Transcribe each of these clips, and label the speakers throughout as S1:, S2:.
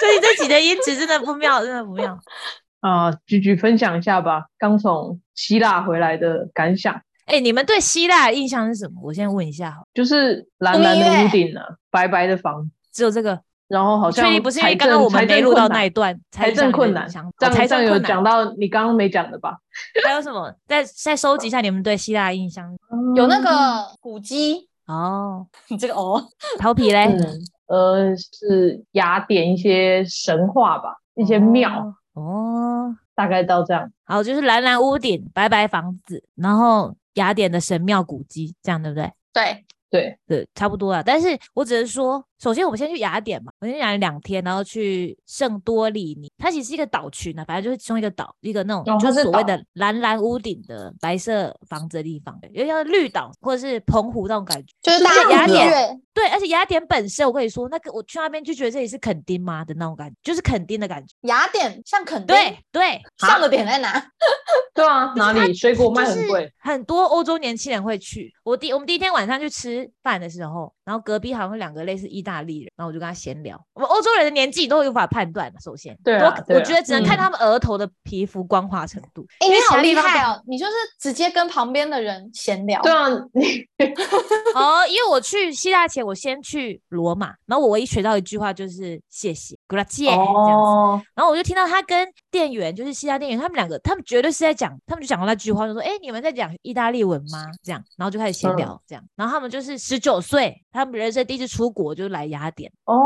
S1: 对这几的音质真的不妙，真的不妙。
S2: 啊，菊菊分享一下吧，刚从希腊回来的感想，
S1: 哎、你们对希腊的印象是什么？我先问一下好了，
S2: 就是蓝蓝的屋顶啊，白白的房，
S1: 只有这个，
S2: 然后好像
S1: 确定不是因为
S2: 财
S1: 刚刚
S2: 政
S1: 我们
S2: 财
S1: 没
S2: 政
S1: 录
S2: 困
S1: 到
S2: 难
S1: 那一段，
S2: 财政困难，
S1: 想哦
S2: 这样
S1: 财
S2: 这样
S1: 政
S2: 有
S1: 困难
S2: 讲，到你刚刚没讲的吧？
S1: 还有什么？再再收集一下你们对希腊的印象
S3: 有那个古迹，
S1: 哦。
S3: 你这个哦，
S1: 头皮嘞，
S2: 嗯，呃，是雅典一些神话吧，一些庙，
S1: 哦哦。
S2: 大概到这样。
S1: 好，就是蓝蓝屋顶，白白房子，然后雅典的神庙古迹，这样对不对？
S3: 对，
S2: 对，
S1: 对，差不多啊。但是我只是说，首先我们先去雅典嘛，我先去雅典两天，然后去圣多里尼，它其实是一个岛群啊，反正就是其中一个岛，一个那种
S2: 哦
S1: 就
S2: 它是
S1: 所谓
S2: 岛
S1: 的蓝蓝屋顶的白色房子的地方，有点像绿岛或者是澎湖那种感觉。
S3: 就是
S1: 是
S3: 大
S1: 这
S3: 家
S1: 样子
S3: 音
S1: 哦
S3: 乐，
S1: 对，而且雅典本身，我跟你说，那个我去那边就觉得这里是垦丁吗的那种感觉，就是垦丁的感觉。
S3: 雅典像肯定，
S1: 对对，
S3: 上的点在哪？
S2: 对啊，哪里水果卖很贵？，
S1: 很多欧洲年轻人会去。我第我们第一天晚上去吃饭的时候，然后隔壁好像有两个类似意大利人，然后我就跟他闲聊。我们欧洲人的年纪都无法判断，首先，
S2: 对啊
S1: 都
S2: 对
S1: 我
S2: 啊
S1: 觉得只能看
S2: 嗯
S1: 他们额头的皮肤光滑程度。
S3: 哎，
S1: 因
S3: 你
S1: 为
S3: 好
S1: 其他地
S3: 厉
S1: 方
S3: 害
S1: 都
S3: 哦！你就是直接跟旁边的人闲聊，
S2: 对啊，你
S1: 哦，因为我去希腊前，我先去罗马，然后我唯一学到一句话就是谢谢 grazie、这样子。
S2: 哦，
S1: 然后我就听到他跟店员，就是希腊店员，他们两个，他们绝对是在讲，他们就讲到那句话，就说：“哎、你们在讲意大利文吗？”这样，然后就开始闲
S2: 嗯
S1: 聊、这样。然后他们就是十九岁，他们人生第一次出国就来雅典，
S2: 哦，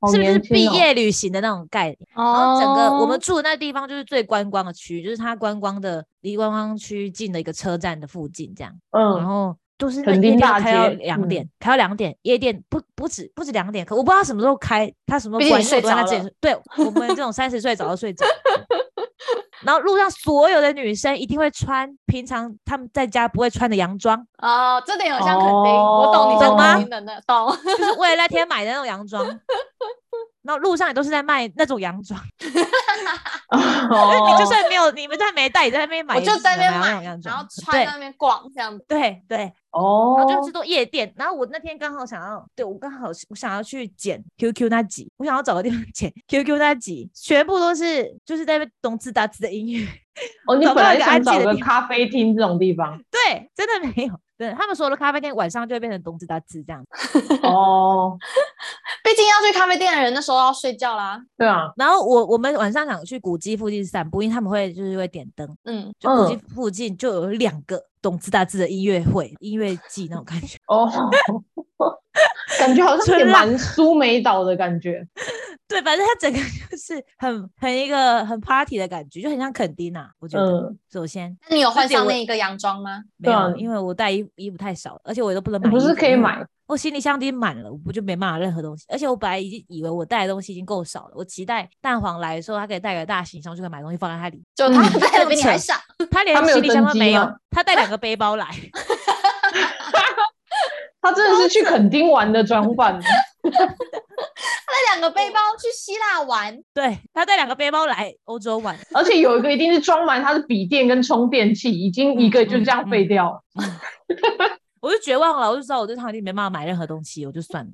S2: 好
S1: 是不是
S2: 年轻
S1: 毕
S2: 哦？
S1: 业旅行的那种概念？然后整个我们住的那地方就是最观光的区，就是它观光的离观光区近的一个车站的附近这样。然
S2: 嗯，
S1: 后就是那
S2: 垦
S1: 夜
S2: 丁
S1: 店
S2: 大
S1: 开到
S2: 街
S1: 两
S2: 嗯
S1: 点，开到两点，夜店不不止不止两点，可我不知道什么时候开，他什么
S3: 毕
S1: 时
S3: 竟
S1: 候关，
S3: 你睡
S1: 因为我都在那
S3: 着
S1: 自己睡对我们这种三十岁早就睡着了。然后路上所有的女生一定会穿平常她们在家不会穿的洋装，
S3: 哦，这点有像肯定，我懂你
S1: 懂吗
S3: 肯定的那懂，
S1: 就是为了那天买的那种洋装。然后路上也都是在卖那种洋装， 因为
S2: 哦
S1: 你就算没有，你们在没带，也在那边买
S3: 我
S1: 也是
S3: 就
S1: 能
S3: 在那
S1: 买
S3: 边
S1: 到那
S3: 买
S1: 种洋，
S3: 然后
S1: 装，
S3: 穿在那边逛这样子。
S1: 对对对，
S2: 哦，
S1: 然后就是做夜店。然后我那天刚好想要，对我刚好是我想要去剪 QQ 那集，我想要找个地方 剪 QQ 那集，全部都是就是在那边咚吱哒吱的音乐。
S2: 哦，你
S1: 找
S2: 本
S1: 到一
S2: 来
S1: 个
S2: 想
S1: 安静
S2: 找
S1: 的
S2: 个
S1: 地方
S2: 咖啡厅这种地 方
S1: 对，真的没有。对，他们所有的咖啡店晚上就会变成咚吱哒吱这样。
S2: 哦，
S3: 毕竟要去咖啡店的人那时候要睡觉啦。
S2: 对啊，
S1: 然后我我们晚上想去古迹附近散步，因为他们会就是会点灯，
S3: 嗯，
S1: 就古迹
S2: 嗯
S1: 附近就有两个咚吱哒吱的音乐会、音乐季那种感觉。
S2: 哦， 感觉好像
S1: 春
S2: 也
S1: 浪
S2: 蛮苏梅岛的感觉，
S1: 对，反正它整个 就是很很一个很 party 的感觉，就很像垦丁啊。我觉得、
S2: 嗯，
S1: 首先
S3: 那你有换
S1: 这点
S3: 上
S1: 我
S3: 那一个洋装吗？
S1: 没
S2: 对啊
S1: 有，因为我带衣服衣服太少了，而且我都不能买。
S2: 不是可以，买
S1: 我行李箱已经满了，我不就没办法任何东西。而且我本来已经以为我带的东西已经够少了，我期待蛋黄来的时候，他可以带个大行李箱，就可以买东西放在他里。
S3: 就他
S2: 嗯
S3: 带的比你还少，
S1: 他连
S2: 他没有
S1: 行李箱
S2: 登
S1: 都
S2: 机
S1: 没有
S2: 吗，
S1: 他带两个背包来。
S2: 他真的是
S1: 啊
S2: 去垦丁玩的装扮，
S3: 那两个背包去希腊玩，
S1: 对他带两个背包来欧洲玩，
S2: 而且有一个一定是装满他的笔电跟充电器，已经一个就这样废
S1: 嗯
S2: 掉，
S1: 我就绝望了，我就知道我这趟已经没办法买任何东西，我就算了。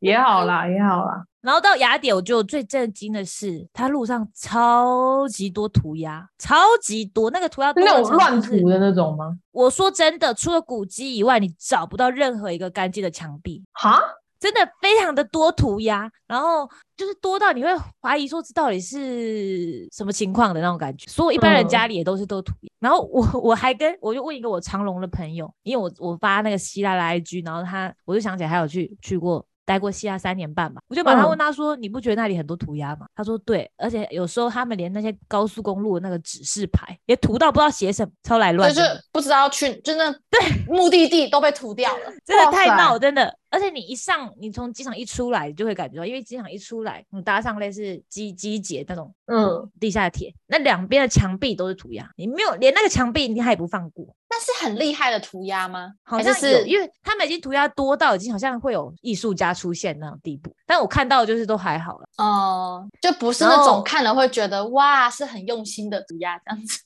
S2: 也好啦，也好啦。
S1: 然后到雅典，我就最震惊的是，它路上超级多涂鸦，超级多，那个涂鸦
S2: 是
S1: 多
S2: 那
S1: 到
S2: 种
S1: 程度
S2: 乱
S1: 是
S2: 涂的那种吗？
S1: 我说真的，除了古迹以外，你找不到任何一个干净的墙壁，
S2: 哈，
S1: 真的非常的多涂鸦，然后就是多到你会怀疑说这到底是什么情况的那种感觉。所以我一般人
S2: 嗯
S1: 家里也都是都涂鸦，然后我我还跟我就问一个我长隆的朋友，因为我我发那个希腊的 IG，然后他我就想起来还有去去过。待过希腊三年半吧，我就马上
S2: 嗯
S1: 问他说：“你不觉得那里很多涂鸦吗？”他说：“对，而且有时候他们连那些高速公路的那个指示牌也涂到不知道写什么，超来乱
S3: 就
S1: 的。”
S3: 是不知道去，真的对目的地都被涂掉了。
S1: 真的
S2: 哇
S1: 太
S2: 塞
S1: 闹，真的。而且你一上，你从机场一出来，你就会感觉到，因为机场一出来，你搭上类似机机捷那种
S2: 嗯，
S1: 地下铁，那两边的墙壁都是涂鸦，你没有连那个墙壁你还不放过，
S3: 那是很厉害的涂鸦吗？
S1: 好
S3: 还是
S1: 像有，
S3: 是
S1: 因为他们已经涂鸦多到已经好像会有艺术家出现那种地步，但我看到的就是都还好了。
S3: 哦、就不是
S1: 然
S3: 那种
S1: 后
S3: 看了会觉得哇是很用心的涂鸦这样子。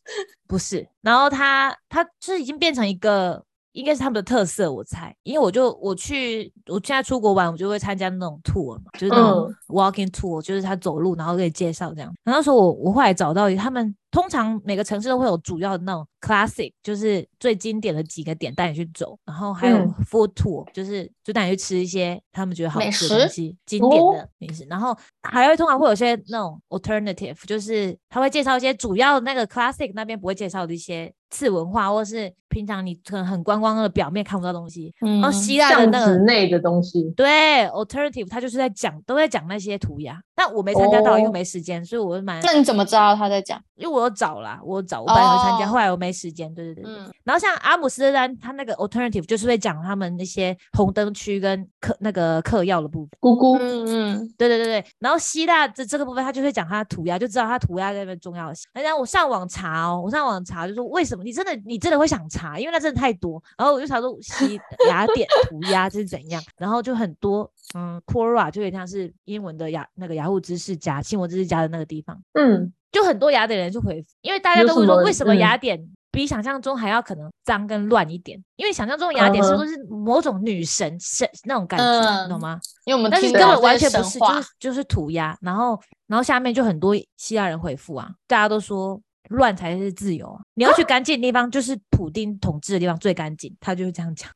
S1: 不是，然后它它就是已经变成一个应该是他们的特色，我猜。因为我就我去，我现在出国玩，我就会参加那种 tour 嘛，就是那种
S3: 嗯
S1: walking tour，就是他走路，然后给你介绍这样。然后那时候我我后来找到他们，通常每个城市都会有主要的那种 classic，就是最经典的几个点带你去走，然后还有
S2: 嗯
S1: food tour，就是就带你去吃一些他们觉得好
S3: 美
S1: 吃的东
S3: 食
S1: 西，经典
S2: 哦
S1: 的美食。然后还会通常会有些那种 alternative，就是他会介绍一些主要那个 classic 那边不会介绍的一些次文化，或是平常你可能很观光的表面看不到的东西。
S3: 嗯
S1: 然后希腊的
S2: 巷
S1: 那
S2: 子
S1: 个。
S2: 内的东西，
S1: 对，alternative，他就是在讲，都在讲那些涂鸦。但我没参加到，因为
S2: 哦
S1: 没时间，所以我就蛮，
S3: 那你怎么知道他在讲？
S1: 因为我有找啦，我有找，我本来有参加，
S3: 哦
S1: 后来我没时间。对对对对。
S3: 嗯，
S1: 然后像阿姆斯特丹，它那个 alternative 就是会讲他们那些红灯区跟嗑那个嗑药的部分。
S2: 姑姑，
S3: 嗯嗯，
S1: 对对对对，然后希腊的这个部分，他就会讲他的涂鸦，就知道他涂鸦在那边重要性。然后我上网查哦，我上网查就说为什么你真的你真的会想查，因为那真的太多。然后我就查说希雅典涂鸦这是怎样，然后就很多嗯，Quora 就有点像是英文的雅那个雅虎知识家、新闻知识家的那个地方，
S2: 嗯，
S1: 就很多雅典人就回复，因为大家
S2: 有
S1: 都会
S2: 什
S1: 说
S2: 么
S1: 为什么
S2: 嗯
S1: 雅典。比想象中还要可能脏跟乱一点，因为想象中的雅典是
S2: 嗯
S1: 不
S2: 哼
S1: 是某种女神神那种感觉，你懂
S3: 嗯
S1: 吗？
S3: 因为我们
S1: 但是
S3: 听
S1: 根
S3: 到
S1: 本完
S3: 这
S1: 全
S3: 些
S1: 不
S3: 神
S1: 是，就
S3: 话
S1: 是就是涂鸦，然后然后下面就很多希腊人回复啊，大家都说乱才是自由啊，你要去干净的地方，就是普丁统治的地方最干净，他就是这样讲，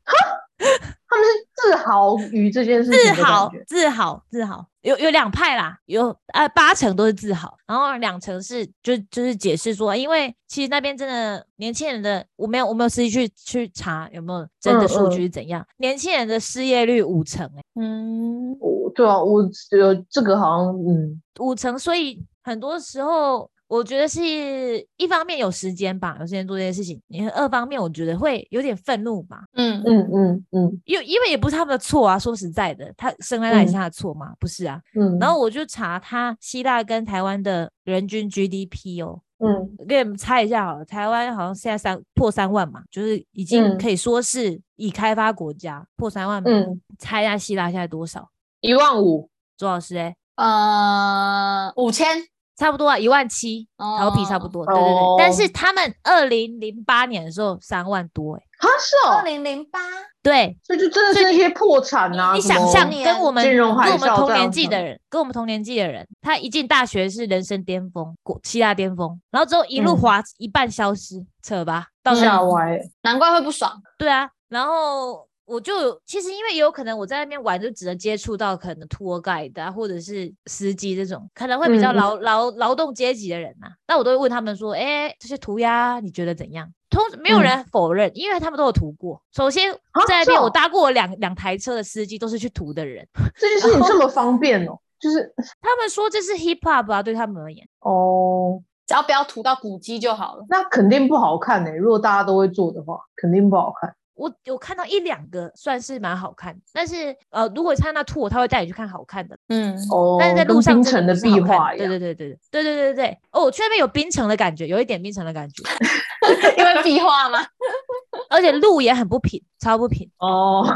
S2: 他们是自豪于这 件事情
S1: 自
S2: 的感
S1: 豪
S2: 觉，
S1: 自豪自豪，有有两派啦，有呃八成都是自豪，然后两成是就就是解释说，因为其实那边真的年轻人的，我没有我没有实际去去查有没有真的
S2: 嗯
S1: 数
S2: 嗯
S1: 据是怎样，年轻人的失业率五成、欸，
S3: 嗯，
S2: 我对啊，我呃这个好像嗯
S1: 五成，所以很多时候我觉得是一方面有时间吧，有时间做这些事情；，因为二方面我觉得会有点愤怒吧，
S3: 嗯
S2: 嗯嗯嗯
S1: 因为因为也不是他们的错啊，说实在的，他生在那里是他的错吗？不是啊。
S2: 嗯，
S1: 然后我就查他希腊跟台湾的人均 GDP 哦，
S2: 嗯
S1: 我给你们猜一下好了，台湾好像现在三破三万嘛，就是已经
S2: 嗯
S1: 可以说是已开发国家破三万嘛。
S2: 嗯
S1: 猜一下希腊现在多少？
S2: 一万五，
S1: 周老师哎、
S3: 呃，五千，
S1: 差不多啊，一万七。调皮差不
S3: 哦。
S1: 多，对对对。但是
S2: 哦
S1: 他们二零零八年的时候三万多、欸，
S2: 啊是
S3: 二
S2: 哦，
S3: 零零八，
S1: 对
S2: 所以就真的是那些破产啊，
S1: 你
S2: 什么
S1: 想象
S3: 年
S1: 跟我们
S2: 金
S1: 跟
S2: 融海
S1: 我们
S2: 啸
S1: 同
S2: 这
S1: 年
S2: 样
S1: 纪
S2: 子
S1: 的人，跟我们同年纪的人，他一进大学是人生巅峰，国希腊巅峰，然后之后一路
S2: 嗯
S1: 滑一半消失，扯吧，到那
S2: 吓
S1: 里
S2: 歪，
S3: 难怪会不爽。
S1: 对啊，然后我就其实因为也有可能我在那边玩，就只能接触到可能托盖的、啊、或者是司机这种，可能会比较
S2: 嗯嗯
S1: 劳劳劳动阶级的人呐、那我都会问他们说：“哎，这些涂鸦你觉得怎样？”通没有
S2: 嗯
S1: 人否认，因为他们都有涂过。首先
S2: 啊，
S1: 在那
S2: 是
S1: 边我
S2: 哦
S1: 搭过两两台车的司机都是去涂的人，
S2: 这件事情这么方便哦，就是
S1: 他们说这是 hip hop 啊，对他们而言。
S2: 哦，
S3: 只要不要涂到古迹就好了。
S2: 那肯定不好看呢、如果大家都会做的话，肯定不好看。
S1: 我有看到一两个算是蛮好看，但是呃，如果参加 tour，他会带你去看好看的，
S3: 嗯，
S2: 哦，
S1: 但是在路上
S2: 跟
S1: 真
S2: 冰城
S1: 的
S2: 的
S1: 不是好
S2: 壁画
S1: 看
S2: 一
S1: 对
S2: 样，
S1: 对对对对对对对对。哦，我去那边有冰城的感觉，有一点冰城的感觉，
S3: 因为壁画嘛。
S1: 而且路也很不平，超不平，
S2: 哦，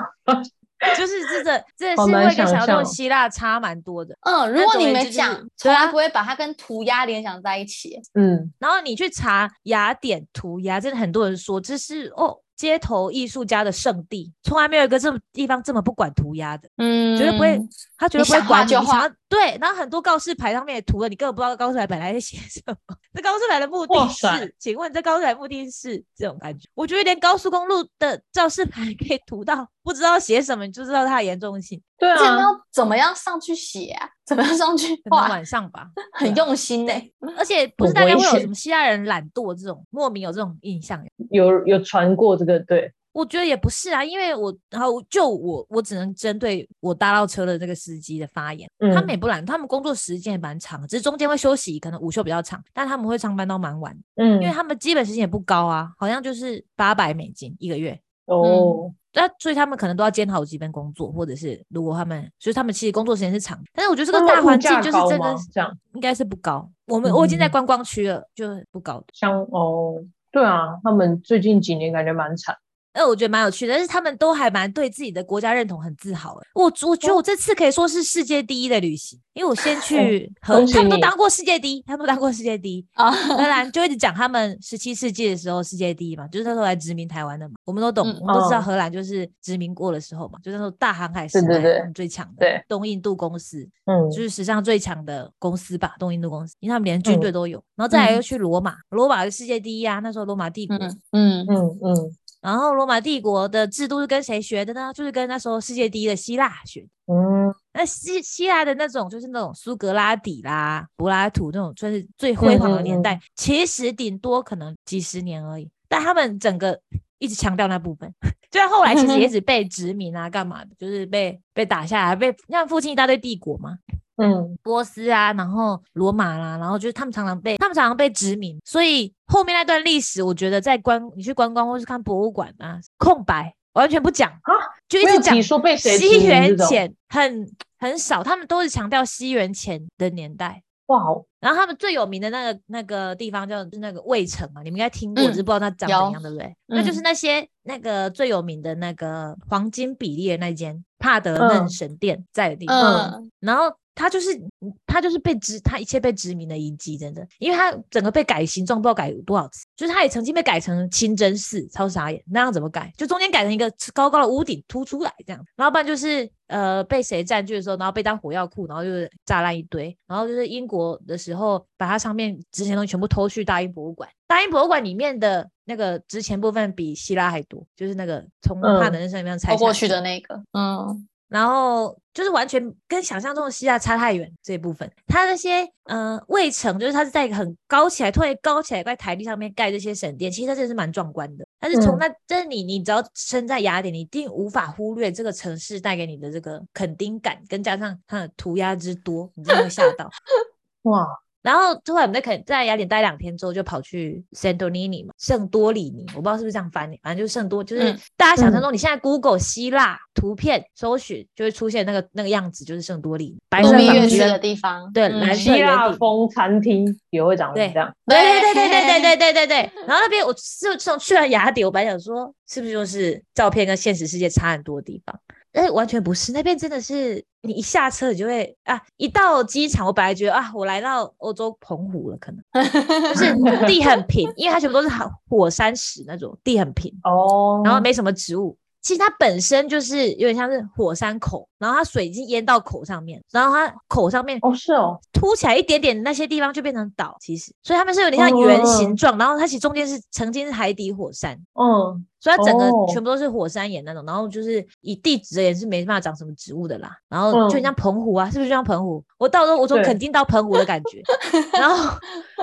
S1: 就是真的真的
S2: 好
S1: 是
S2: 难
S1: 会跟
S2: 想
S1: 想象中
S2: 象
S1: 的
S2: 哦
S1: 希腊差蛮多的。
S3: 嗯，如
S1: 那
S3: 果
S1: 总而言
S3: 你没
S1: 之就是
S3: 讲，
S1: 对
S3: 从
S1: 啊
S3: 来不会把它跟涂鸦联想在一起。
S2: 嗯，
S1: 然后你去查雅典涂鸦，真的很多人说这是哦街头艺术家的圣地，从来没有一个这么地方这么不管涂鸦的，
S3: 嗯
S1: 绝对不会他绝对
S3: 你
S1: 不会
S3: 想
S1: 管
S3: 画
S1: 你
S3: 就
S1: 你想
S3: 画
S1: 要对，然后很多告示牌上面也涂了，你根本不知道告示牌本来在写什么。 这告示牌的目的
S2: 哇塞
S1: 是，请问这告示牌目的是这种感觉？我觉得连高速公路的告示牌可以涂到不知道写什么，你就知道它的严重性。
S2: 对
S3: 这个
S2: 啊，
S3: 要怎么样上去写啊？ 怎么样上去
S1: 可能
S3: 画？
S1: 晚上 吧，
S3: 很用心呢、
S1: 而且不
S2: 很
S1: 是大家
S2: 危
S1: 会有
S2: 险
S1: 什么希腊人懒惰这种莫名有这种印象。
S2: 有有传过这个，对，
S1: 我觉得也不是啊，因为我然后就我我只能针对我搭到车的这个司机的发言，他们也
S2: 嗯
S1: 不懒，他们工作时间也蛮长的，只是中间会休息，可能午休比较长，但他们会上班到蛮晚，
S2: 嗯
S1: 因为他们基本时间也不高啊，好像就是八百美金一个月。
S2: 哦，
S1: 那所以他们可能都要兼好几份工作，或者是如果他们，所以他们其实工作时间是长，但是我觉得这个
S2: 他们
S1: 大
S2: 物
S1: 环境
S2: 价
S1: 就是
S2: 高
S1: 真
S2: 吗
S1: 的
S2: 这样
S1: 应该是不高。我们我已经在
S2: 嗯
S1: 观光区了，就是不高的。
S2: 像哦，对啊，他们最近几年感觉蛮惨，
S1: 哎，我觉得蛮有趣的，但是他们都还蛮对自己的国家认同很自豪。哎，我我
S2: 哦
S1: 觉得我这次可以说是世界第一的旅行，因为我先去荷，
S2: 恭喜
S1: 他们都
S2: 你哦
S1: 当过世界第一，他们都当过世界第一。
S3: 啊，
S1: 荷兰就一直讲他们十七世纪的时候世界第一嘛，就是那时候来殖民台湾的嘛，我们都懂，
S3: 嗯
S1: 我们都知道
S2: 哦
S1: 荷兰就是殖民过的时候嘛，就那时候大航海时
S2: 对
S1: 代
S2: 对对
S1: 他们最强的，
S2: 对
S1: 东印度公司
S2: 嗯
S1: 就是史上最强的公司吧，东印度公司，因为他们连军队
S2: 嗯
S1: 都有，然后再来
S3: 嗯
S1: 又去罗马，罗马是世界第一啊，那时候罗马帝国，
S3: 嗯嗯
S2: 嗯嗯
S1: 然后罗马帝国的制度是跟谁学的呢？就是跟那时候世界第一的希腊学的
S2: 嗯
S1: 那希希腊的那种就是那种苏格拉底啦、柏拉图那种，算是最辉煌的年代，
S2: 嗯
S1: 其实顶多可能几十年而已。但他们整个一直强调那部分， 就像后来其实也只被殖民啊，干嘛的，就是被被打下来，被像附近一大堆帝国嘛，
S2: 嗯
S1: 波斯啊，然后罗马啦、然后就是他们常常被他们常常被殖民，所以后面那段历史，我觉得在观你去观光或是看博物馆啊，空白完全不讲
S2: 啊，
S1: 就一
S2: 没
S1: 直
S2: 有
S1: 讲
S2: 提说被谁殖
S1: 西
S2: 民这
S1: 元
S2: 种
S1: 前很很少，他们都是强调西元前的年代。
S2: 哇，
S1: 然后他们最有名的那个那个地方叫就是那个魏城嘛，你们应该听过，
S3: 嗯
S1: 只是不知道它长
S3: 有
S1: 怎样，对不对？那
S2: 嗯
S1: 就是那些那个最有名的那个黄金比例的那间帕德嫩
S2: 嗯
S1: 神殿在的地方。
S3: 嗯
S1: 然后它就是它就是被殖，它一切被殖民的遗迹，真的，因为它整个被改形状，不知道改多少次，就是它也曾经被改成清真寺，超傻眼，那样怎么改？就中间改成一个高高的屋顶凸出来这样，然后不然就是呃被谁占据的时候，然后被当火药库，然后就是炸烂一堆，然后就是英国的时候把它上面值钱的东西全部偷去大英博物馆，大英博物馆里面的。那个值钱部分比希腊还多，就是那个从帕德嫩身上拆
S3: 嗯
S1: 下
S3: 偷过
S1: 来
S3: 去的那个，嗯
S1: 然后就是完全跟想象中的希腊差太远这一部分。它那些呃卫城，就是它是在一个很高起来，突然高起来一块台地上面盖这些神殿，其实它真的是蛮壮观的。但是从
S2: 嗯
S1: 那，但是你你只要身在雅典，你一定无法忽略这个城市带给你的这个肯定感，跟加上它的涂鸦之多，你真的会吓到。
S2: 哇，
S1: 然后之后我们在肯在雅典待两天之后，就跑去圣多尼尼嘛，圣多里尼，我不知道是不是这样翻，反正就是圣多，就是
S3: 嗯
S1: 大家想象
S2: 嗯
S1: 中，你现在 Google 希腊图片搜寻就会出现那个那个样子，就是圣多里尼，白
S2: 度
S1: 色
S3: 度
S2: 蜜
S3: 蜜
S1: 房
S3: 月
S2: 月
S3: 去
S2: 去
S3: 的
S1: 间，
S3: 地方，嗯
S1: 对蓝色
S2: 希
S1: 原
S2: 腊
S1: 地
S2: 风餐厅也会长成
S1: 对
S2: 这样，
S1: 对对对对对对对对对。然后那边我就从去了雅典，我本来想说是不是就是照片跟现实世界差很多的地方，但是完全不是，那边真的是你一下车你就会啊，一到机场我本来觉得啊我来到欧洲澎湖了，可能。
S3: 对，
S1: 就是地很平， 因为它全部都是好火山石那种，地很平，
S2: 哦，
S1: 然后没什么植物。其实它本身就是有点像是火山口，然后它水已经淹到口上面，然后它口上面
S2: 哦是哦，
S1: 凸起来一点点，那些地方就变成岛。其实，所以它们是有点像圆形
S2: 哦
S1: 状，然后它其实中间是曾经是海底火山，
S2: 嗯
S1: 所以它整个
S2: 哦
S1: 全部都是火山岩那种，然后就是以地质而言是没办法长什么植物的啦。然后就很
S2: 嗯
S1: 像澎湖啊，是不是就像澎湖？我到时候我从
S2: 对
S1: 垦丁到澎湖的感 觉，然后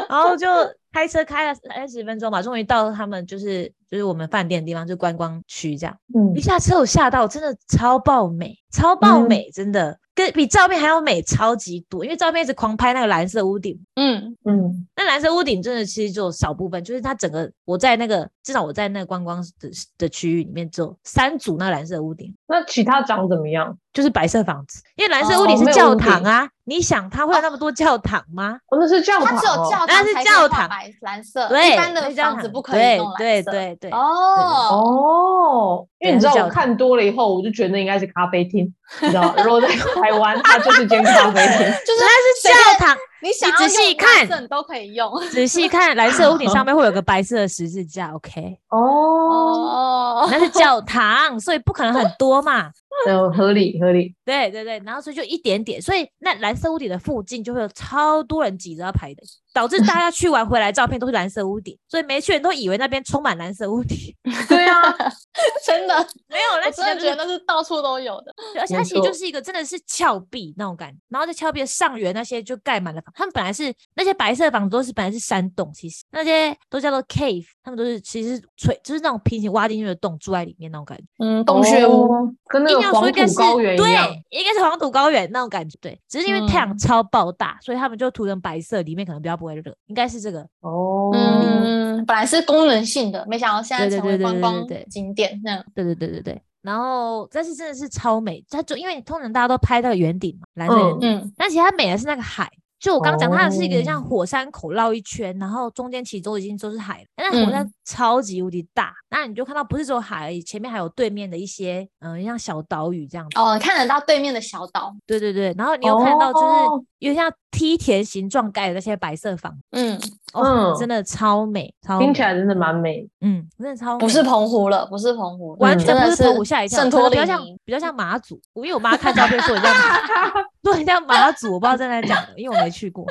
S1: 然后就开车开了三十分钟吧，终于到他们就是就是我们饭店的地方，就观光区这样。
S2: 嗯
S1: 一，下车我吓到，真的超爆美，超爆
S2: 嗯
S1: 美，真的跟比照片还要美超级多，因为照片一直狂拍那个蓝色屋顶。
S3: 嗯
S2: 嗯
S1: 那蓝色屋顶真的其实只有少部分，就是它整个我在那个至少我在那个观光的的区域里面只有三组那蓝色屋顶，
S2: 那其他长怎么样？
S1: 就是白色房子，因为蓝色
S3: 哦
S1: 屋顶是
S2: 没有
S1: 教
S2: 屋顶
S1: 堂啊，你想它会有那么多教堂吗？
S2: 哦，那是教堂
S3: 它
S2: 哦，
S3: 只有教堂
S1: 那是
S3: 才可以
S1: 教
S3: 画
S1: 堂
S3: 白蓝色，
S1: 对，
S3: 呃一般
S1: 那
S3: 的
S1: 是教
S3: 房子
S1: 堂
S3: 不可以
S1: 对
S3: 弄蓝色。
S1: 对对对，
S3: 哦，
S2: 哦，因为你知道
S1: 对它是教堂
S2: 我看多了以后，我就觉得那应该是咖啡 厅，你知道吗，如果在台湾，它就是间咖啡 厅。
S3: 就是
S1: 它
S3: 随
S1: 是
S3: 便
S1: 教堂，
S3: 你想
S1: 你
S3: 要
S1: 仔细
S3: 用蓝
S1: 看
S3: 色你都可以用。
S1: 仔细看蓝色屋顶 上面会有个白色的十字架，OK。
S2: 哦，
S3: 哦，
S1: 那是教堂，所以不可能很多嘛。
S2: 嗯，合理合理，
S1: 对对对，然后所以就一点点，所以那蓝色屋顶的附近就会有超多人挤着要排队，导致大家去完回来照片都是蓝色屋顶，所以没去人都以为那边充满蓝色屋顶，
S2: 对 啊，
S3: 真的，
S1: 没有，那
S3: 我
S1: 其
S3: 真
S1: 实
S3: 的觉
S1: 就是
S3: 得是到处都有的。
S1: 对而且它
S2: 没
S1: 其实就
S2: 错
S1: 是一个真的是峭壁那种感觉，然后在峭壁的上缘那些就盖满了房，他们本来是那些白色的房子都是本来是山洞，其实那些都叫做 cave，他们都是其实是垂就是那种平行挖进去的洞，住在里面那种感觉。
S3: 嗯，洞穴屋。
S2: 哦跟那
S1: 硬
S2: 个
S1: 要说
S2: 黄
S1: 应该
S2: 土
S1: 是
S2: 高原一样
S1: 对，应该是黄土高原那种感觉，对，只是因为太阳
S3: 嗯
S1: 超爆大，所以他们就涂成白色，里面可能比较不会热，应该是这个。
S2: 哦，
S3: 嗯，本来是功能性的，没想到现在
S1: 对对
S3: 成
S1: 对
S3: 为
S1: 对
S3: 观
S1: 对
S3: 光
S1: 对对
S3: 景点那样。
S1: 对对对对对。然后，但是真的是超美，它就因为通常大家都拍到圆顶嘛，蓝色
S2: 嗯
S1: 圆顶，
S3: 嗯
S1: 但其实它美的是那个海，就我刚刚讲，它是一个
S2: 哦
S1: 像火山口绕一圈，然后中间其实都已经都是海了，但是火
S2: 嗯
S1: 山超级无敌大，那你就看到不是只有海而已，前面还有对面的一些嗯、呃像小岛屿这样子。
S3: 哦，看得到对面的小岛，
S1: 对对对，然后你又看到就是
S2: 哦
S1: 有点像梯田形状盖的那些白色房，
S3: 嗯，
S1: 哦，
S2: 嗯
S1: 真的超美，超
S2: 听
S1: 美
S2: 起来真的蛮美的。
S1: 嗯，真的超美
S3: 不是澎湖了，不是澎湖，
S1: 完
S2: 嗯
S1: 全
S3: 真
S1: 不
S3: 的
S1: 是澎湖，吓一跳，
S3: 圣
S1: 可能
S3: 托
S1: 比较
S3: 里
S1: 像
S3: 尼，
S1: 比较像马祖，因为我妈看照片说很像马祖， 说很像马祖，我不知道真的假的，因为我没去过。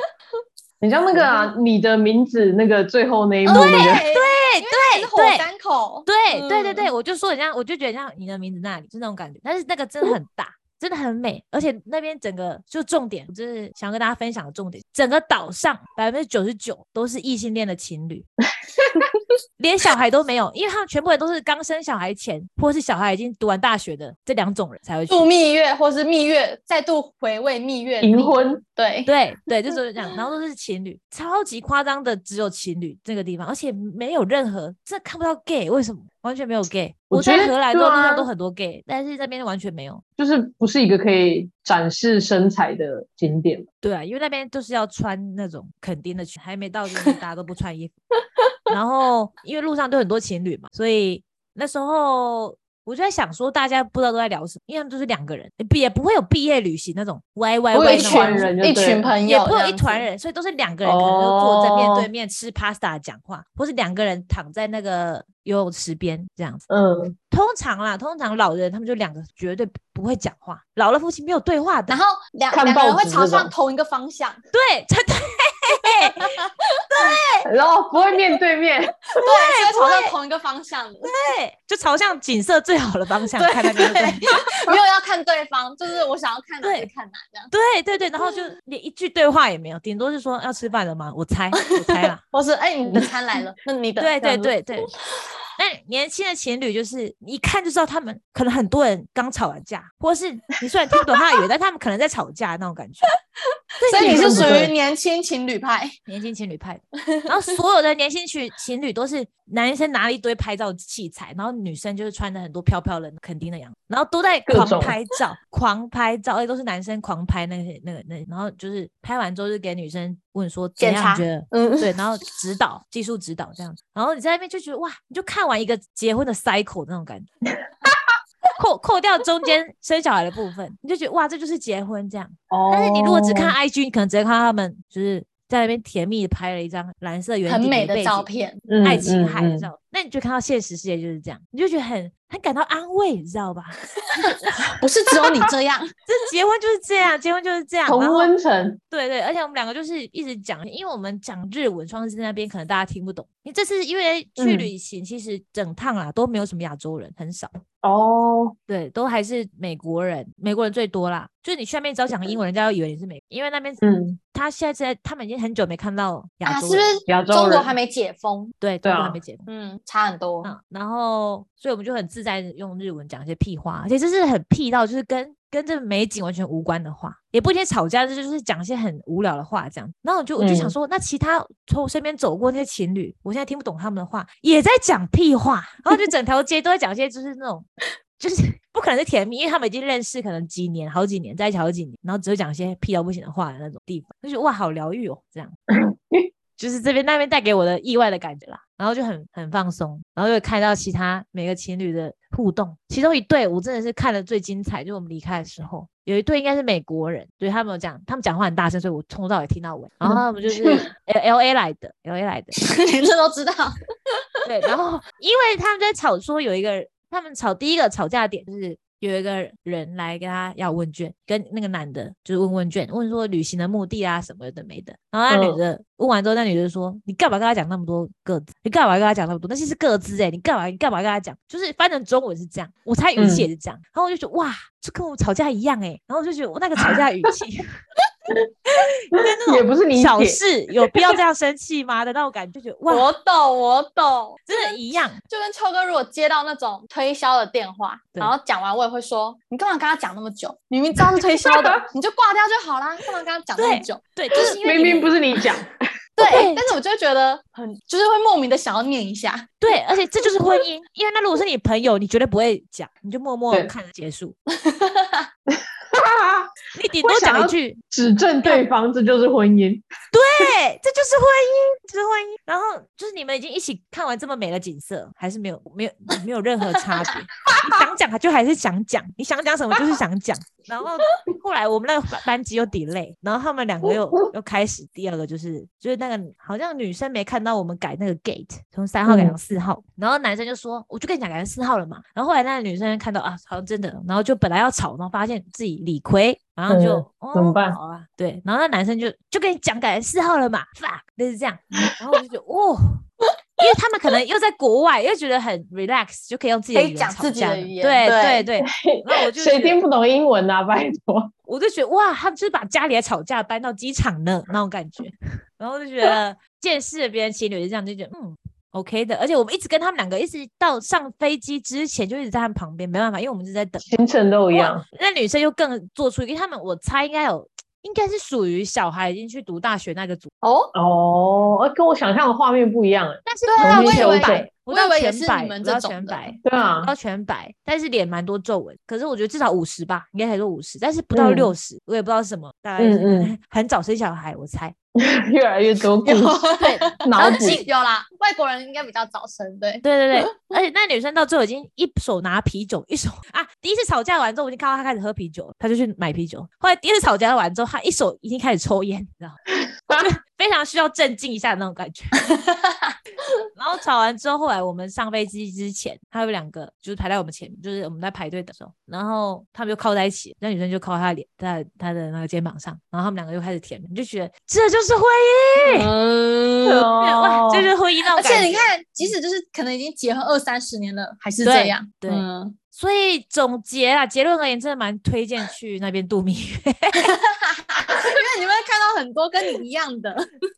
S2: 你像那个
S1: 嗯
S2: 啊，你的名字那个最后那一幕
S1: 哦
S3: 哦
S2: 那
S3: 对
S2: 个，
S3: 对对，是火
S1: 对
S3: 山口，
S1: 对对对
S3: 嗯
S1: 对，我就说很像，我就觉得像你的名字那里，就那种感觉。但是那个真的很大，真的很美，而且那边整个就重点，就是想跟大家分享的重点，整个岛上百分之九十九都是异性恋的情侣，连小孩都没有，因为他们全部人都是刚生小孩前，或是小孩已经读完大学的这两种人才会去。
S3: 度蜜月或是蜜月，再度回味蜜月
S2: 银婚，
S3: 对，
S1: 对对，就是这样，然后都是情侣，超级夸张的，只有情侣这个地方，而且没有任何这看不到 gay，为什么完全没有 gay？
S2: 我
S1: 我
S2: 觉
S1: 在
S2: 得
S1: 荷兰的
S2: 对
S1: 路上
S2: 啊
S1: 都很多 gay，但是那边完全没有。
S2: 就是不是一个可以展示身材的景点。
S1: 对啊，因为那边就是要穿那种肯定的裙，还没到就是大家都不穿衣服。然后因为路上都很多情侣嘛，所以那时候我就在想说，大家不知道都在聊什么，因为他们就是两个人，也不会有毕业旅行那种歪歪
S3: 我有
S1: 歪
S3: 一
S1: 那种
S3: 群
S2: 一团人就
S3: 一
S2: 对
S3: 群
S2: 了
S3: 朋
S1: 也
S3: 友，
S1: 不会有一团，人，所以都是两个人，可能就坐在
S3: 哦
S1: 面对面吃 pasta 讲话，或是两个人躺在那个游泳池边这样子。
S2: 嗯，
S1: 通常啦，通常老人他们就两个绝对不会讲话，老了夫妻没有对话的
S3: 然。后两
S2: 看
S3: 两个人
S2: 报
S3: 会
S2: 纸
S3: 朝
S2: 那种
S3: 向同一个方向，
S1: 对， 对对，
S2: 嗯然后不会面对面，
S3: 对，是会朝向同一个方向的，
S1: 对，就朝向景色最好的方向看那边。对
S3: 没有要看对方，就是我想要看哪
S1: 对
S3: 就看哪这样，
S1: 对对对，然后就连一句对话也没有，顶多是说要吃饭了吗？我猜，我猜啦。
S3: 或是哎你的餐来了，那你的，
S1: 对
S3: 这
S1: 对
S3: 样子
S1: 对对。那年轻的情侣就是你一看就知道他们可能很多人刚吵完架，或是你虽然听不懂他的语言，但他们可能在吵架那种感觉。
S3: 所以你是
S2: 对
S3: 属
S2: 对
S3: 于年轻情侣派，
S1: 年轻情侣派的，然后所有的年轻情情侣都是男生拿了一堆拍照器材，然后女生就是穿的很多飘飘的肯定的样子，然后都在
S2: 各
S1: 狂
S2: 种
S1: 拍照，狂拍照，而且都是男生狂拍那些那个那，然后就是拍完之后就给女生问说怎
S3: 检
S1: 样
S3: 查
S1: 你觉得
S3: 嗯，
S1: 对，然后指导技术指导这样子，然后你在那边就觉得哇，你就看完一个结婚的 cycle 那种感觉， 扣扣掉中间生小孩的部分，你就觉得哇，这就是结婚这样。
S2: 哦
S1: 但是你如果只看 IG，你可能直接看到他们就是在那边甜蜜地拍了一张蓝色圆
S3: 很
S1: 顶
S3: 美的
S1: 背
S3: 照
S1: 景
S3: 片，
S1: 爱情海的
S2: 嗯嗯
S1: 照，那你就看到现实世界就是这样，你就觉得很很感到安慰，你知道吧？
S3: 不是只有你这样，
S1: 这结婚就是这样，结婚就是这样，
S2: 嗯同
S1: 然后
S2: 温层，
S1: 对对，而且我们两个就是一直讲，因为我们讲日文，双字那边可能大家听不懂。你这次因为去
S2: 嗯
S1: 旅行，其实整趟啦都没有什么亚洲人，很少，
S2: 哦，
S1: 对，都还是美国人，美国人最多啦。就是你去那边只要讲英文，人家就以为你是美，因为那边
S2: 嗯，
S1: 他现在在他们已经很久没看到 亚
S3: 啊，
S1: 洲
S3: 是
S1: 人，
S3: 不是
S2: 亚洲
S3: 中国
S2: 人
S3: 还没解封？
S1: 对，中
S2: 对
S1: 国还
S2: 啊
S1: 没结婚。
S3: 嗯，差很多，
S1: 嗯，然后所以我们就很自在地用日文讲一些屁话，而且这是很屁到就是跟跟这美景完全无关的话，也不一定吵架，这就是讲一些很无聊的话这样。然后我就我就想
S2: 嗯
S1: 说，那其他从我身边走过那些情侣，我现在听不懂他们的话，也在讲屁话，然后就整条街都在讲一些就是那种。就是 不可能是甜蜜，因为他们已经认识可能几年、好几年，在一起好几年，然后只会讲一些屁到不行的话的那种地方，就觉得哇，好疗愈哦，这样。就是这边那边带给我的意外的感觉啦，然后就很很放松，然后又看到其他每个情侣的互动，其中一对我真的是看的最精彩，就是我们离开的时候，有一对应该是美国人，对他们有讲，他们讲话很大声，所以我从头到尾听到尾，然后他们就是 L L A 来的，L A 来的，
S3: 你这都知道，
S1: 对，然后因为他们在吵说有一个，他们吵第一个吵架点就是有一个人来跟他要问卷，跟那个男的就是问问卷，问说旅行的目的啊什么有的没的。然后那女
S2: 嗯
S1: 的、问完之后，那女的说：“你干嘛跟他讲那么多个字？你干嘛跟他讲那么多？那些是个字哎、你干嘛你干嘛跟他讲？就是翻成中文是这样，我猜语
S2: 嗯
S1: 气也是这样。然后我就觉得哇，这跟我们吵架一样哎、然后我就觉得我那个吵架 语气
S2: 也不是你
S1: 小
S2: 姐，
S1: 事有必要这样生气吗的那种感觉，就觉得哇，
S3: 我懂，我懂。
S1: 真的一 样。
S3: 就跟秋哥如果接到那种推销的电话，
S1: 对
S3: 然后讲完我也会说，你干嘛跟他讲那么久？明明知道是推销的， 你就挂掉就好啦，干嘛跟他讲那么久？
S1: 对，就是因为
S2: 明
S1: 你
S2: 明
S1: 们
S2: 不是你讲，
S3: 对，
S1: 对
S3: 但是我就会觉得很，就是会莫名的想要念一下，
S1: 对，而且这就是婚姻，因为那如果是你朋友，你绝对不会讲，你就默默
S2: 对
S1: 看着结束。你顶多讲一句，
S2: 指证对方这就是婚姻，
S1: 对，这就是婚姻，这就是婚姻。然后就是你们已经一起看完这么美的景色，还是没有没有没有任何差别。 你想讲就还是想讲，你想讲什么就是想讲。然后后来我们那个班班级又 delay，然后他们两个又又开始第二个就是就是那个好像女生没看到我们改那个 gate，从三号改成四号，然后男生就说我就跟你讲改成四号了嘛。然后后来那个女生看到啊，好像真的，然后就本来要吵，然后发现自己理亏，然后就、
S2: 嗯
S1: 哦
S2: 怎么办
S1: 好啊，对，然后那男生就就跟你讲改成四号了嘛，fuck，类似这样。然后我就觉得哦。因为他们可能又在国外，又觉得很 relax，就可以用自己的
S3: 可以
S1: 语言
S3: 讲
S1: 吵
S3: 自己
S1: 架
S3: 的
S1: 了
S3: 语言
S1: 对对
S3: 对
S1: 对，那我就
S2: 谁
S1: 觉得
S2: 听不懂英文啊？拜托，
S1: 我就觉得哇，他们就是把家里的吵架搬到机场呢，那种感觉。然后就觉得见识了别人情侣就这样，就觉得嗯 OK 的。而且我们一直跟他们两个，一直到上飞机之前就一直在他们旁边，没办法，因为我们是在等。
S2: 行程都一样，
S1: 那女生又更做出一个，因为他们我猜应该有，应该是属于小孩已经去读大学那个组，
S3: 哦，
S2: 哦，呃跟我想象的画面不一样，哎，
S1: 但是
S3: 对啊，
S2: 同
S3: 我
S2: 一
S3: 以
S2: 球
S3: 为
S2: 种
S1: 不
S3: 我
S1: 到
S3: 以为也
S1: 全
S3: 是
S1: 白，不
S3: 你们
S1: 到
S3: 这种
S1: 全
S3: 的嗯
S1: 白。。
S2: 对啊
S1: 不，到全白，但是脸蛮多皱纹，可是我觉得至少五十吧，应该才说五十，但是不到
S2: 嗯
S1: 六十、我也不知道是什么，大概是、
S2: 嗯
S1: 嗯、 很早生小孩，我猜。
S2: 越来越多故
S3: 有
S2: 事
S1: 对，呃
S2: 脑
S3: 啊
S2: 补，
S3: 有啦，外国人应该比较早生，对，
S1: 对对 对，而且那女生到最后已经一手拿啤酒，一手啊，第一次吵架完之后，我已经看到她开始喝啤酒了，她就去买啤酒。后来第二次吵架完之后，她一手已经开始抽烟，你知道吗？我觉得非常需要镇静一下的那种感 觉。然后吵完之后，后来我们上飞机之前，他有两个就是排在我们前面，就是我们在排队的时候，然后他们就靠在一起，那女生就靠她的脸，在她的那个肩膀上，然后他们两个就开始甜，你就觉得这就是婚姻，
S3: 嗯，
S1: 哇，
S2: 哦
S1: 这就是婚姻那种
S3: 而
S1: 感觉。
S3: 且你看，即使就是可能已经结婚二三十年了，还是
S1: 对
S3: 这样，
S1: 对
S3: 嗯，
S1: 所以总结啦，结论而言，真的蛮推荐去那边度蜜月，
S3: 因为你会看到很多跟你一样的，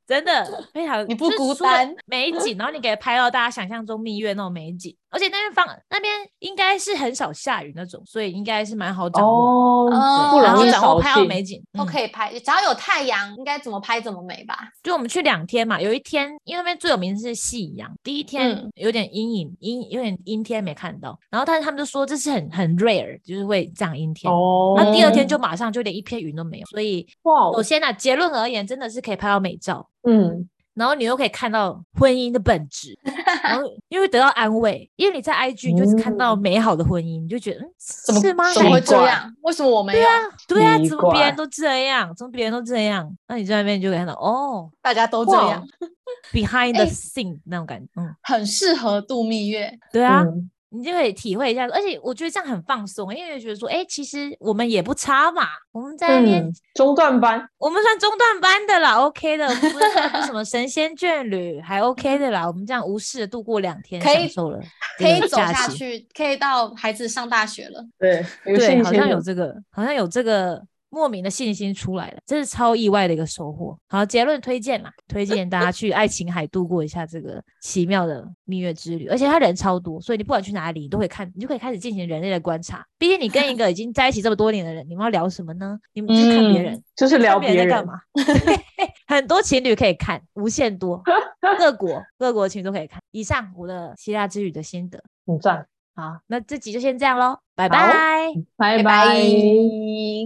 S1: 真 的非常
S3: 你不
S1: 就是
S3: 孤
S1: 除了
S3: 单
S1: 美景，然后你给拍到大家想象中蜜月那种美景，而且那边方那边应该是很少下雨那种，所以应该是蛮好掌握，
S2: 哦，
S3: 嗯
S2: 不
S1: 然
S2: 容
S1: 后
S2: 易
S1: 掌握
S2: 扫
S1: 拍到
S2: 兴，
S1: 美景。嗯
S3: 都
S1: 以，
S3: 可以拍，只要有太阳，应该怎么拍怎么美吧。
S1: 就我们去两天嘛，有一天因为那边最有名是夕阳，第一天
S3: 嗯
S1: 有点阴影，阴有点阴天没看到，然后但是他们就说这是很很 rare，就是会这样阴天。
S2: 哦，
S1: 那第二天就马上就连一片云都没有，所以
S2: 哇哦
S1: 首，先呢、啊结论而言，真的是可以拍到美照，
S2: 嗯，
S1: 然后你又可以看到婚姻的本质，然 后又会得到安慰，因为你在 IG 你就是看到美好的婚姻，你就觉得嗯，
S3: 哦怎么
S1: 是吗？
S3: 怎么会
S2: 奇
S3: 这
S2: 怪
S3: 样？为什么我没有？
S1: 对啊，
S2: 奇
S1: 怎么别人
S2: 怪
S1: 都这样？怎么别人都这样？那你在那边就可以看到哦
S3: 大家都这
S2: 哇
S3: 样，
S1: ，behind the
S3: 哎
S1: scene、那种感觉，嗯，
S3: 很适合度蜜月。
S1: 对啊。
S2: 嗯
S1: 你就可以体会一下，而且我觉得这样很放松，因为觉得说，哎、其实我们也不差嘛，我们在那边、
S2: 嗯，中段班，
S1: 我们算中段班的 啦，OK 的，我们不是算是什么神仙眷侣，还 OK 的啦。我们这样无视的度过两天，
S3: 可以
S1: 享受了这
S3: 可以
S1: 个
S3: 走
S1: 假
S3: 下
S1: 期。
S3: 去，可以到孩子上大学了。
S2: 对，有
S1: 对，
S2: 信
S1: 好
S2: 心
S1: 像有这个，好像有这个莫名的信心出来了，这是超意外的一个收获。好，结论推荐啦，推荐大家去爱琴海度过一下这个奇妙的蜜月之旅，而且他人超多，所以你不管去哪里，你都会看，你就可以开始进行人类的观察。毕竟你跟一个已经在一起这么多年的人，你们要聊什么呢？你们去看别
S2: 嗯
S1: 人。
S2: 就是
S1: 看
S2: 聊
S1: 别人在干
S2: 人，
S1: 嘛？很多情侣可以看，无限 多，各国各国情侣都可以看。以上我的希腊之旅的心得。
S2: 很赞，
S1: 好，那这集就先这样喽，拜拜。
S2: 拜
S3: 拜拜